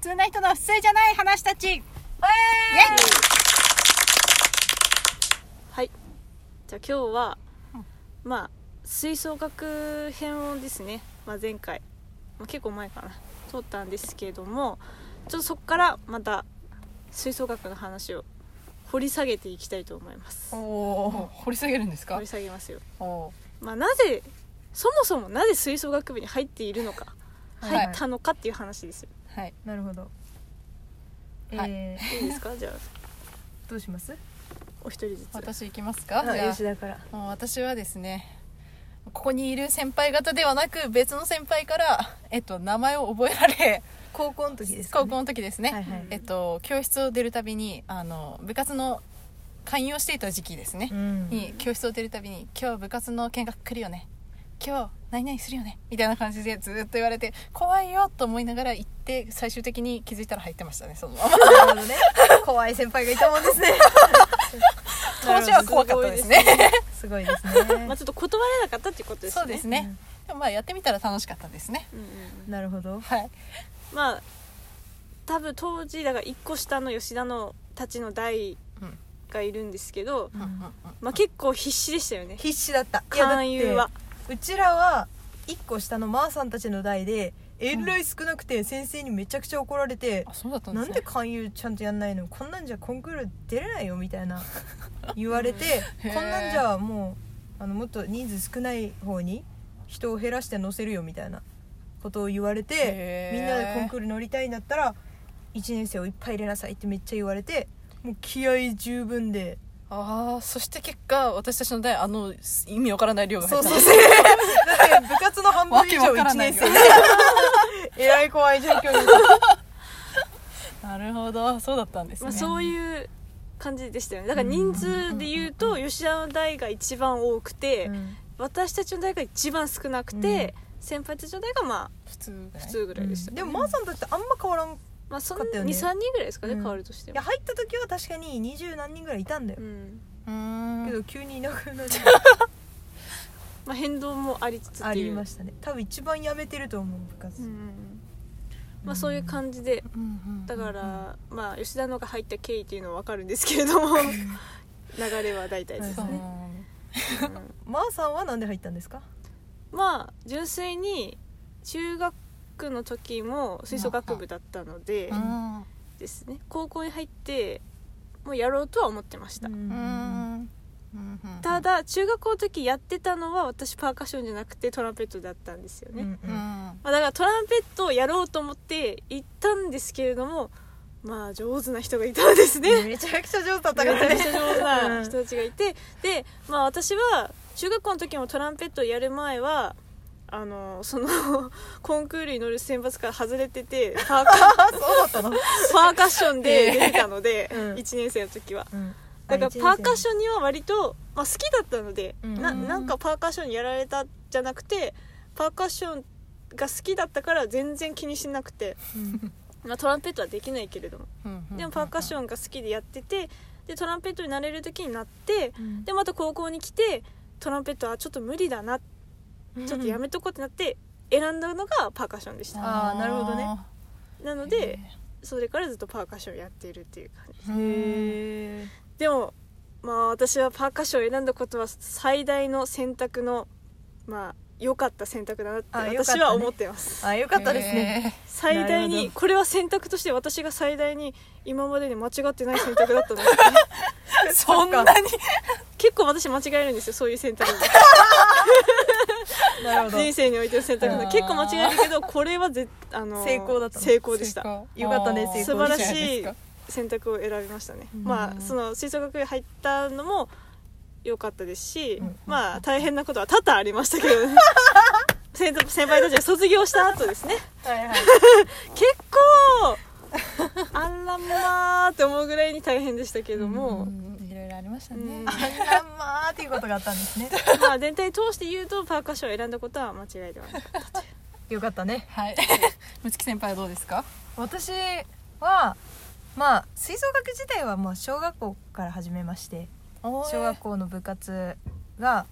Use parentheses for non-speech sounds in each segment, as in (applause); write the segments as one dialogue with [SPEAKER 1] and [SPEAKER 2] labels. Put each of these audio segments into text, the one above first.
[SPEAKER 1] 通な人の普通じゃない話たちイエイ
[SPEAKER 2] はいじゃあ今日は、
[SPEAKER 1] うん
[SPEAKER 2] まあ吹奏楽編をですね、まあ、前回、まあ、結構前かな撮ったんですけれどもちょっとそこからまた吹奏楽の話を掘り下げていきたいと思います
[SPEAKER 1] おお掘り下げるんです
[SPEAKER 2] 掘
[SPEAKER 1] か
[SPEAKER 2] り下げますよ、
[SPEAKER 1] おお
[SPEAKER 2] まあ、なぜそもそもなぜ吹奏楽部に入っているのか
[SPEAKER 1] はい
[SPEAKER 2] 入ったのかっていう話ですよ、
[SPEAKER 1] ーはい
[SPEAKER 3] なるほど。
[SPEAKER 1] はい
[SPEAKER 3] え
[SPEAKER 2] い、いです
[SPEAKER 1] (laughs)
[SPEAKER 2] かじゃあ
[SPEAKER 3] ー、どうします？
[SPEAKER 2] お一人ずつ
[SPEAKER 1] 私行きますか
[SPEAKER 3] あ
[SPEAKER 1] じゃ
[SPEAKER 3] 吉田から。
[SPEAKER 1] あもう私はですねここにいる先輩方ではなく別の先輩から、えっと、名前を覚えられ
[SPEAKER 3] 高校の時ですか、
[SPEAKER 1] 高
[SPEAKER 3] ね。
[SPEAKER 1] 校の時ですね、
[SPEAKER 3] はいはい。
[SPEAKER 1] えっと、教室を出るたびにあの部活の勧誘をしていた時期ですね、
[SPEAKER 3] ん
[SPEAKER 1] に教室を出るたびに「今日部活の見学来るよね今日何々するよね」みたいな感じでずっと言われて怖いよと思いながら行って最終的に気づいたら入ってましたねそのま
[SPEAKER 3] (laughs)
[SPEAKER 1] ま
[SPEAKER 3] なるほどね。怖い先輩がいたもんですね。
[SPEAKER 1] 当時は怖かったですね
[SPEAKER 3] すごいです
[SPEAKER 2] まあ、
[SPEAKER 3] ね。
[SPEAKER 2] ちょっと断れなかったっていうことですね
[SPEAKER 1] そうですね、でもまあやってみたら楽しかったですね
[SPEAKER 2] うんうんうん
[SPEAKER 3] なるほど。
[SPEAKER 1] はい
[SPEAKER 2] まあ多分当時だから1個下の吉田のたちの代
[SPEAKER 1] うん
[SPEAKER 2] がいるんですけど、
[SPEAKER 1] うんうんうん
[SPEAKER 2] まあ、結構必死でしたよね
[SPEAKER 3] 必死だった。いやだっ
[SPEAKER 2] 勧誘は
[SPEAKER 3] てうちらは一個下のマーさんたちの代で。えらい少なくて先生にめちゃくちゃ怒られて
[SPEAKER 1] あ、そうだったんで
[SPEAKER 3] な
[SPEAKER 1] す
[SPEAKER 3] ん
[SPEAKER 1] ね
[SPEAKER 3] で勧誘ちゃんとやんないのこんなんじゃコンクール出れないよみたいな
[SPEAKER 1] (laughs)
[SPEAKER 3] 言われて
[SPEAKER 1] うんへー
[SPEAKER 3] こんなんじゃもうあのもっと人数少ない方に人を減らして乗せるよみたいなことを言われ
[SPEAKER 1] へ
[SPEAKER 3] て
[SPEAKER 1] ー
[SPEAKER 3] みんなでコンクール乗りたいんだったら1年生をいっぱい入れなさいってめっちゃ言われてもう気合十
[SPEAKER 1] (laughs)
[SPEAKER 3] 分で
[SPEAKER 1] ああそして結果私たちの代あの意味わからない量が入
[SPEAKER 3] そ
[SPEAKER 1] っ
[SPEAKER 3] う
[SPEAKER 1] た
[SPEAKER 3] そうそうだって部活の半分以上
[SPEAKER 1] わけわから
[SPEAKER 3] 1
[SPEAKER 1] ない
[SPEAKER 3] 年
[SPEAKER 1] よ
[SPEAKER 3] 生でえらい怖い状況に
[SPEAKER 1] (laughs) なるほどそうだったんです
[SPEAKER 2] ま
[SPEAKER 1] ね、
[SPEAKER 2] あ、そういう感じでしたよねだから人数で言うと吉田の代が一番多くて、私たちの代が一番少なくて、先輩たちの代がま
[SPEAKER 1] 普通
[SPEAKER 2] あ
[SPEAKER 1] 普
[SPEAKER 2] 普通ぐらいでした、
[SPEAKER 3] でもマーさんたちってあんま変わらん
[SPEAKER 2] まあそん
[SPEAKER 3] 買ったよ
[SPEAKER 2] 23
[SPEAKER 3] ね
[SPEAKER 2] 人ぐらいですかね、
[SPEAKER 3] うん
[SPEAKER 2] 変わるとして
[SPEAKER 3] い
[SPEAKER 2] も
[SPEAKER 3] や入った時は確かに二十何人ぐらいいたんだよ、
[SPEAKER 2] うん
[SPEAKER 1] うーん
[SPEAKER 3] けど急にいなくなっちゃう
[SPEAKER 2] まあ、変動もありつつっていう
[SPEAKER 3] ありましたね多分一番やめてると思う部
[SPEAKER 2] う
[SPEAKER 3] 活、
[SPEAKER 2] んうんうんまあ、そういう感じで
[SPEAKER 1] うんうんうん
[SPEAKER 2] だから、まあ、吉田のが入った経緯っていうのは分かるんですけれ
[SPEAKER 1] (laughs)
[SPEAKER 2] ども流れは大体です
[SPEAKER 1] そう
[SPEAKER 2] ね、うん
[SPEAKER 3] まーさんはなんで入ったんですか
[SPEAKER 2] まあ純粋に中学の時も吹奏楽部だったので
[SPEAKER 1] うん
[SPEAKER 2] ですね高校に入ってもうやろうとは思ってました、
[SPEAKER 1] うん
[SPEAKER 2] ただ中学校の時やってたのは私パーカッションじゃなくてトランペットだったんですよね、
[SPEAKER 3] うんう
[SPEAKER 2] ま
[SPEAKER 3] ん
[SPEAKER 1] うん
[SPEAKER 2] あ、だからトランペットをやろうと思って行ったんですけれどもまあ上手な人がいたんですね、
[SPEAKER 3] めちゃくちゃ上手だったか
[SPEAKER 2] めちゃ
[SPEAKER 3] ら (laughs)
[SPEAKER 2] く
[SPEAKER 3] ね
[SPEAKER 2] ちゃ上手な人たちがいてで、まあ、私は中学校の時もトランペットをやる前はあのその (laughs) コンクールに乗る選抜から外れててパーカ
[SPEAKER 3] (laughs) あそうだったの、
[SPEAKER 2] パーカッションで出てたので、
[SPEAKER 3] うん
[SPEAKER 2] 1年生の時は
[SPEAKER 3] うん、
[SPEAKER 2] だからパーカッ
[SPEAKER 3] ョ
[SPEAKER 2] ションには割と、まあ、好きだったので、
[SPEAKER 3] うん
[SPEAKER 2] ななんかパーカッションやられたじゃなくてパーカッションが好きだったから全然気にしなくて、
[SPEAKER 3] ン
[SPEAKER 2] まあ、トランペットはできないけれども
[SPEAKER 1] うん
[SPEAKER 2] でもパーカッションが好きでやっててでトランペットになれる時になってでまた高校に来てトランペットはちょっと無理だなちょっとやめとこうってなって選んだのがパーカッションでした
[SPEAKER 3] あーなるほどね
[SPEAKER 2] なのでそれからずっとパーカッションやっているっていう感じ
[SPEAKER 1] へー
[SPEAKER 3] へえ
[SPEAKER 2] でもまあ私はパーカッションを選んだことは最大の選択のまあ良かった選択だなって
[SPEAKER 3] あ良かった
[SPEAKER 2] 私
[SPEAKER 3] ね
[SPEAKER 2] は思ってます、
[SPEAKER 3] あよかったですね
[SPEAKER 2] 最大
[SPEAKER 3] なる
[SPEAKER 2] に
[SPEAKER 3] ほ
[SPEAKER 2] これは選択として私が最大に今までで間違ってない選択だ
[SPEAKER 3] (laughs)
[SPEAKER 2] ったの
[SPEAKER 1] そんなに
[SPEAKER 2] 結構私間違えるんですよそういう選択
[SPEAKER 3] なる (laughs) ほど
[SPEAKER 2] 人生においての選択
[SPEAKER 1] う
[SPEAKER 2] の
[SPEAKER 1] ん
[SPEAKER 2] 結構間違えるけ
[SPEAKER 3] (laughs)
[SPEAKER 2] どこれはぜ、あの
[SPEAKER 3] 成功だったの
[SPEAKER 2] 成功でした
[SPEAKER 1] 成功
[SPEAKER 3] よかったね
[SPEAKER 1] あー
[SPEAKER 3] 成功
[SPEAKER 2] 素晴らし
[SPEAKER 1] いい
[SPEAKER 2] い
[SPEAKER 1] じゃな
[SPEAKER 2] 選択を選びましたね
[SPEAKER 3] うん
[SPEAKER 2] まあその吹奏楽部入ったのも良かったですし、
[SPEAKER 3] うん
[SPEAKER 2] まあ大変なことは多々ありましたけ
[SPEAKER 3] (laughs)
[SPEAKER 2] どね先先輩たちが卒業した後ですね
[SPEAKER 3] はいはい
[SPEAKER 2] 結構あらまあって思うぐらいに大変でしたけども、
[SPEAKER 1] うんいろいろありました
[SPEAKER 2] う
[SPEAKER 1] ね
[SPEAKER 2] ん
[SPEAKER 3] あんなまあっていうことがあったん (laughs) ですね
[SPEAKER 2] まあ全体通して言うとパーカッションを選んだことは間違いではない
[SPEAKER 3] よかったね
[SPEAKER 1] はいむつき先輩はどうですか
[SPEAKER 3] 私はまあ吹奏楽自体はまあ小学校から始めまして小学校の部活が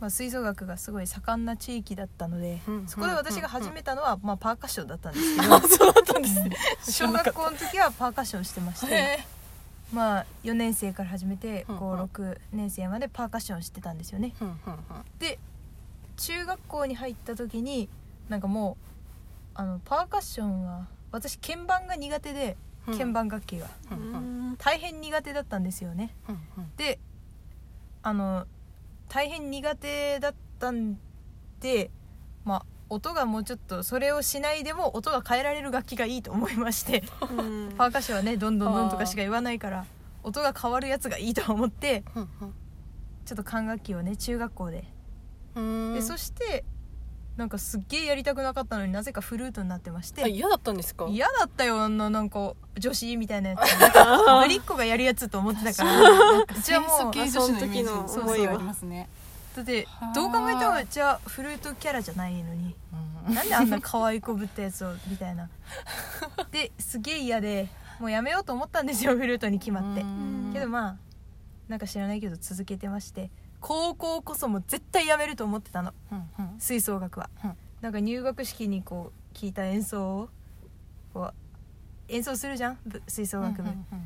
[SPEAKER 3] まあ、吹奏楽がすごい盛んな地域だったので、
[SPEAKER 2] うん
[SPEAKER 3] そこで私が始めたのは、まあ、パーカッションだったんですけど
[SPEAKER 1] あそうだったんですね
[SPEAKER 3] (laughs) 小学校の時はパーカッションしてまして、
[SPEAKER 1] へ
[SPEAKER 3] まあ、4年生から始めて
[SPEAKER 1] うんうん
[SPEAKER 3] 56年生までパーカッションしてたんですよね
[SPEAKER 1] ーうんうんうん
[SPEAKER 3] で中学校に入った時になんかもうあのパーカッションは私鍵盤が苦手で
[SPEAKER 1] うん
[SPEAKER 3] 鍵盤楽器が
[SPEAKER 1] うんうんうん
[SPEAKER 3] 大変苦手だったんですよね
[SPEAKER 1] うん
[SPEAKER 3] であの大変苦手だったんでまあ音がもうちょっとそれをしないでも音が変えられる楽器がいいと思い
[SPEAKER 1] (laughs)
[SPEAKER 3] まして
[SPEAKER 2] うん
[SPEAKER 3] パーカッションはねどんどんどんとかしか言わないから音が変わるやつがいいと思って
[SPEAKER 1] うんうん
[SPEAKER 3] ちょっと管楽器をね中学校で
[SPEAKER 1] うん
[SPEAKER 3] でそしてなんかすっげえやりたくなかったのになぜかフルートになってまし
[SPEAKER 1] あ
[SPEAKER 3] て
[SPEAKER 1] 嫌だったんですか
[SPEAKER 3] 嫌だったよあんななんか女子みたいなや
[SPEAKER 1] (laughs)
[SPEAKER 3] つなんかぶりっ子がやるやつと思ってたからうちはもう
[SPEAKER 1] 清楚系女子のイメージ
[SPEAKER 2] あその時
[SPEAKER 1] そう
[SPEAKER 2] の思
[SPEAKER 1] そ
[SPEAKER 2] いうは
[SPEAKER 1] ありますね
[SPEAKER 3] だって
[SPEAKER 1] はあ
[SPEAKER 3] どう考えてもうちはフルートキャラじゃない
[SPEAKER 1] (laughs)
[SPEAKER 3] のになんであんな可愛い子ぶったやつをみたいなですげえ嫌でもうやめようと思ったんですよフルートに決まって
[SPEAKER 1] うん
[SPEAKER 3] けどまあなんか知らないけど続けてまして高校こそもう絶対やめると思ってたの
[SPEAKER 1] うんうん
[SPEAKER 3] 吹奏楽は、
[SPEAKER 1] うん
[SPEAKER 3] なんか入学式にこう聞いた演奏をこう演奏するじゃんぶ吹奏楽部、
[SPEAKER 1] うんうんうん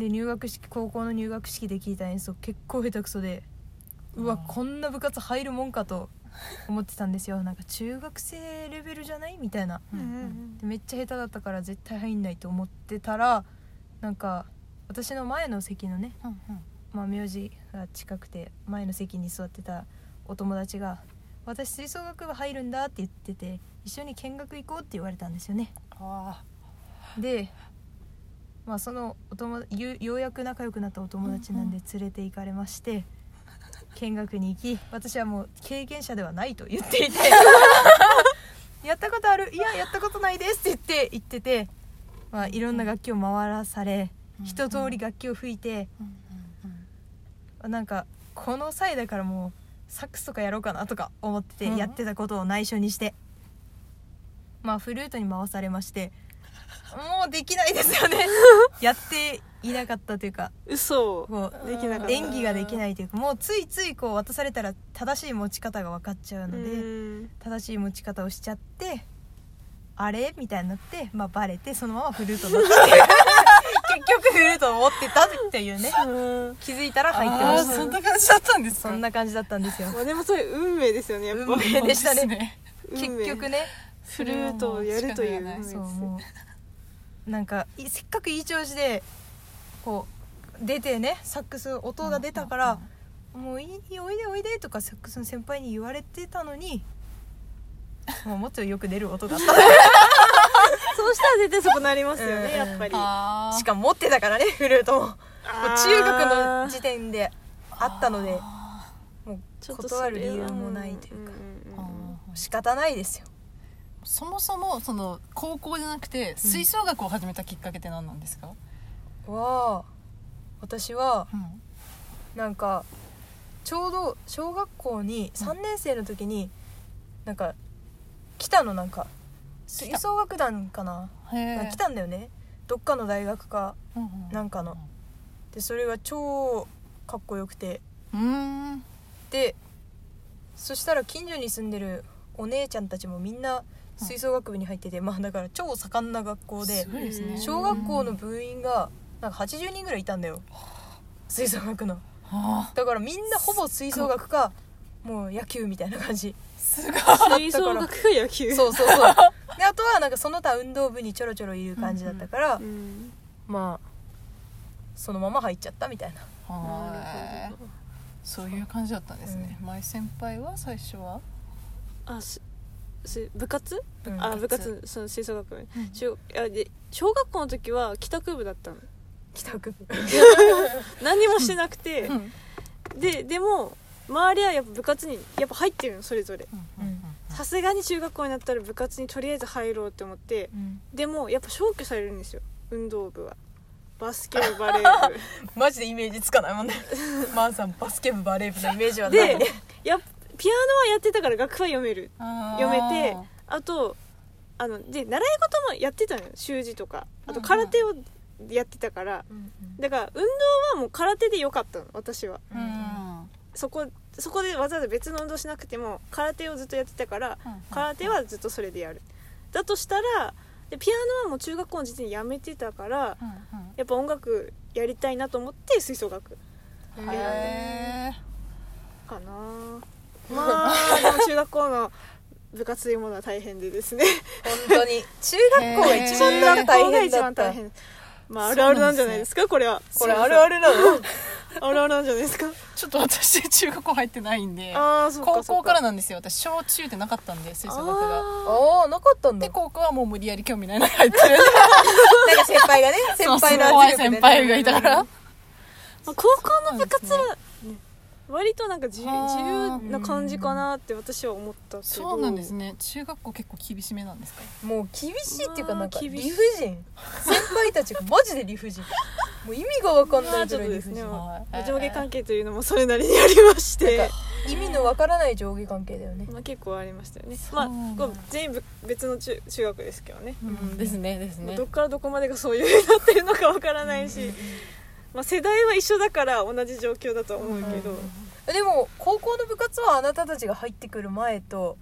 [SPEAKER 3] で入学式高校の入学式で聞いた演奏結構下手くそでうわ、
[SPEAKER 1] うん
[SPEAKER 3] こんな部活入るもんかと思ってたんですよなんか中学生レベルじゃないみたいな
[SPEAKER 2] うんうん
[SPEAKER 3] でめっちゃ下手だったから絶対入んないと思ってたらなんか私の前の席のね、
[SPEAKER 1] うんうん
[SPEAKER 3] まあ、名字が近くて前の席に座ってたお友達が「私吹奏楽部入るんだ」って言ってて一緒に見学行こうって言われたんですよね
[SPEAKER 1] あ
[SPEAKER 3] で、まあ、そのお友達よようやく仲良くなったお友達なんで連れて行かれまして見学に行き私はもう経験者ではないと言って
[SPEAKER 1] (laughs)
[SPEAKER 3] いて「やったことあるいややったことないです」って言って言ってて、まあ、いろんな楽器を回らされ
[SPEAKER 1] うん
[SPEAKER 3] 一通り楽器を吹いて
[SPEAKER 1] ーうんうんうん
[SPEAKER 3] なんかこの際だからもうサックスとかやろうかなとか思って
[SPEAKER 1] うん
[SPEAKER 3] てやってたことを内緒にして、まあフルートに回されましてもうできないで
[SPEAKER 1] (laughs)
[SPEAKER 3] すよねやっていなかったというか
[SPEAKER 2] 嘘
[SPEAKER 3] こう
[SPEAKER 2] できなかった
[SPEAKER 3] 演技ができないというかもうついついこう渡されたら正しい持ち方が分かっちゃうので、
[SPEAKER 2] うん
[SPEAKER 3] 正しい持ち方をしちゃってあれみたいになって、まあ、バレてそのままフルート
[SPEAKER 1] (laughs)
[SPEAKER 3] になったっていう結局フルートを持ってたっていうね
[SPEAKER 2] うん
[SPEAKER 3] 気づいたら入って
[SPEAKER 1] あ
[SPEAKER 3] ま
[SPEAKER 1] ー
[SPEAKER 3] した
[SPEAKER 1] そんな感じだったんですか
[SPEAKER 3] そんな感じだったんですよ
[SPEAKER 2] まあでもそれ運命ですよねやっぱ
[SPEAKER 3] 運命
[SPEAKER 1] そう
[SPEAKER 3] でした
[SPEAKER 1] ね
[SPEAKER 2] (laughs) 運
[SPEAKER 3] 結
[SPEAKER 2] 命
[SPEAKER 3] 局ね
[SPEAKER 2] フルートをやるという運命です
[SPEAKER 3] そうもうなんかいせっかくいい調子でこう出てねサックス音が出たから「もういいおいでおいで」とかサックスの先輩に言われてたの (laughs) にもうもっとよく出る音だっ
[SPEAKER 2] そうしたら絶対そこなりますよ
[SPEAKER 3] うん
[SPEAKER 2] ねやっぱり
[SPEAKER 1] あ
[SPEAKER 3] た
[SPEAKER 1] ー
[SPEAKER 3] しかも持ってたからねフルートももう中学の
[SPEAKER 2] 時
[SPEAKER 3] 時点であったので
[SPEAKER 1] あ
[SPEAKER 3] もう断る理由もないというか
[SPEAKER 1] ーあー
[SPEAKER 3] 仕方ないですよ
[SPEAKER 1] そもそもその高校じゃなくて吹奏楽を始めたきっかけって何なんですか、
[SPEAKER 3] わあ私は
[SPEAKER 1] うん
[SPEAKER 3] なんかちょうど小学校に3年生の時になんか来たのなんか吹奏楽団かな
[SPEAKER 1] へー
[SPEAKER 3] 来たんだよねどっかの大学か
[SPEAKER 1] うんうん
[SPEAKER 3] なんかのでそれが超かっこよくて
[SPEAKER 1] うーん
[SPEAKER 3] でそしたら近所に住んでるお姉ちゃんたちもみんな吹奏楽部に入っててまあだから超盛んな学校です
[SPEAKER 1] ごいですね
[SPEAKER 3] 小学校の部員がなんか80人ぐらいいたんだよ吹奏楽の。
[SPEAKER 1] あ
[SPEAKER 3] だからみんなほぼ吹奏楽かもう野球みたいな感じ
[SPEAKER 1] ーすごい
[SPEAKER 2] 吹奏楽が野球
[SPEAKER 3] そううそうそうであとはなんかその他運動部にちょろちょろいる感じだったから、
[SPEAKER 2] ん
[SPEAKER 3] まあそのまま入っちゃったみたいな
[SPEAKER 1] は
[SPEAKER 2] ないるほど
[SPEAKER 1] そういう感じだったんですね、前先輩は最初は
[SPEAKER 2] あすす部活
[SPEAKER 3] うん
[SPEAKER 2] あ部活その吹奏楽部
[SPEAKER 1] うん
[SPEAKER 2] 中あで小学校の時は帰宅部だったの
[SPEAKER 3] 帰宅部
[SPEAKER 2] 何にもしてなくて
[SPEAKER 1] うん
[SPEAKER 2] ででも周りはやっぱ部活にやっぱ入ってるのそれぞれさすがに中学校になったら部活にとりあえず入ろうって思ってでもやっぱ消去されるんですよ運動部はバスケ部バレー部
[SPEAKER 3] マジでイメージつかない (laughs) もんねマンさんバスケ部バレー部のイメー (laughs) ジはない
[SPEAKER 2] で (laughs) やっピアノはやってたから楽譜は読める読めてあとあので習い事もやってたのよ習字とかあと空手をやってたから
[SPEAKER 3] うん
[SPEAKER 2] だから運動はもう空手でよかったの私は
[SPEAKER 1] うん
[SPEAKER 2] そこそこでわざわざ別の運動しなくても空手をずっとやってたから
[SPEAKER 1] うんうん
[SPEAKER 2] 空手はずっとそれでやるだとしたらでピアノはもう中学校の時点でやめてたから
[SPEAKER 1] うん
[SPEAKER 2] やっぱ音楽やりたいなと思って吹奏楽
[SPEAKER 1] うん
[SPEAKER 2] 選んだ
[SPEAKER 1] へ
[SPEAKER 2] かなまあでも中学校の部活というものは大変でですね
[SPEAKER 3] 本当に中学校が一番なん
[SPEAKER 2] 中学校
[SPEAKER 3] か大変だ
[SPEAKER 2] が
[SPEAKER 3] っ
[SPEAKER 2] 一番
[SPEAKER 3] た
[SPEAKER 2] 大変まああるあるなんじゃないですかこれは
[SPEAKER 3] これあるあるなの
[SPEAKER 2] あるあるなんじゃないですか
[SPEAKER 1] ーちょっと私中学校入ってないんで
[SPEAKER 2] ああそっか
[SPEAKER 1] 高校から
[SPEAKER 2] の
[SPEAKER 1] なんですよ私小中でなかったんで吹奏楽が
[SPEAKER 2] あ
[SPEAKER 3] ああなかったん
[SPEAKER 1] で
[SPEAKER 3] だなん
[SPEAKER 1] 高校はもう無理やり興味ないのに入ってる
[SPEAKER 3] か先輩がね先
[SPEAKER 1] そう
[SPEAKER 3] 輩の
[SPEAKER 1] 怖い
[SPEAKER 3] 圧力でね
[SPEAKER 1] 先輩がいたから
[SPEAKER 2] ーまあ高校の部活はね割となんか自由
[SPEAKER 1] あ
[SPEAKER 2] 自
[SPEAKER 1] ー
[SPEAKER 2] 由な感じかなって私は思ったけど
[SPEAKER 1] そうなんですね中学校結構厳しめなんですか
[SPEAKER 3] もう厳しいっていうかなんか
[SPEAKER 2] うわー
[SPEAKER 3] 理
[SPEAKER 2] 厳し
[SPEAKER 3] 不
[SPEAKER 2] い
[SPEAKER 3] 尽先輩たちがマジで理
[SPEAKER 2] (laughs)
[SPEAKER 3] 不尽もう意味がわかんないぐら
[SPEAKER 2] まあちょっと
[SPEAKER 3] い理不
[SPEAKER 2] ですね
[SPEAKER 3] 尽
[SPEAKER 1] はい
[SPEAKER 2] 上下関係というのもそれなりにありまして
[SPEAKER 3] なんか意味のわからない上下関係だよね
[SPEAKER 2] まあ結構ありましたよね
[SPEAKER 1] そう
[SPEAKER 2] ま
[SPEAKER 1] な
[SPEAKER 2] あ
[SPEAKER 1] んだ
[SPEAKER 2] こう全部別の中中学ですけどね
[SPEAKER 1] うん
[SPEAKER 3] ですねです
[SPEAKER 2] もうどっからどこまでがそういう風になってるのかわからないし、まあ、世代は一緒だから同じ状況だとは思うけど、
[SPEAKER 3] でも高校の部活はあなたたちが入ってくる前と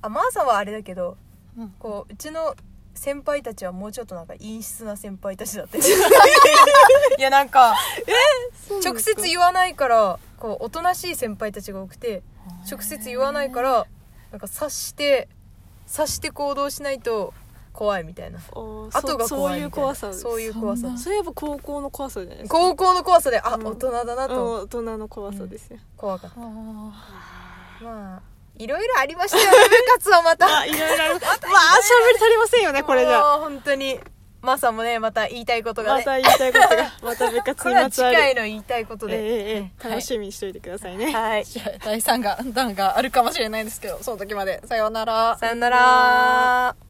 [SPEAKER 3] あマーさんはあれだけど
[SPEAKER 1] うん
[SPEAKER 3] こううちの先輩たちはもうちょっとなんか陰湿な先輩たちだったよ
[SPEAKER 2] (laughs)
[SPEAKER 3] いやなんか直接言わないからこうおとなしい先輩たちが多くて直接言わないからなんか察して察して行動しないと怖いみたいな
[SPEAKER 2] おーそ
[SPEAKER 3] 後が
[SPEAKER 2] そう
[SPEAKER 3] 怖い
[SPEAKER 2] いう
[SPEAKER 3] みたいな
[SPEAKER 2] 怖さです
[SPEAKER 3] そういう怖さ
[SPEAKER 1] そんな
[SPEAKER 2] それやっぱ高校の怖さじゃないですか
[SPEAKER 3] 高校の怖さであ、
[SPEAKER 2] うん
[SPEAKER 3] 大人だな
[SPEAKER 2] うん
[SPEAKER 3] と
[SPEAKER 2] 大人の怖さですよ、
[SPEAKER 3] 怖かった
[SPEAKER 1] あ
[SPEAKER 3] まあいろいろありましたよね部活はまた
[SPEAKER 2] (laughs) あいろいろあるまあ喋り足りませんよねこれじゃ
[SPEAKER 3] もう本当にマサもねまた言いたいことが
[SPEAKER 2] ま
[SPEAKER 3] ね、
[SPEAKER 2] た言いたいことがまた部活
[SPEAKER 3] こ
[SPEAKER 2] に
[SPEAKER 3] れ
[SPEAKER 2] ま
[SPEAKER 3] は
[SPEAKER 2] つ
[SPEAKER 3] 次
[SPEAKER 2] わる、 (laughs)
[SPEAKER 3] 回の言いたいこと
[SPEAKER 2] ええ
[SPEAKER 3] で、
[SPEAKER 2] ええ楽しみにしておいてくださいね、 (laughs)
[SPEAKER 3] はい
[SPEAKER 1] ーじゃあ第3弾があるかもしれないですけどその時までさようなら
[SPEAKER 3] さよなら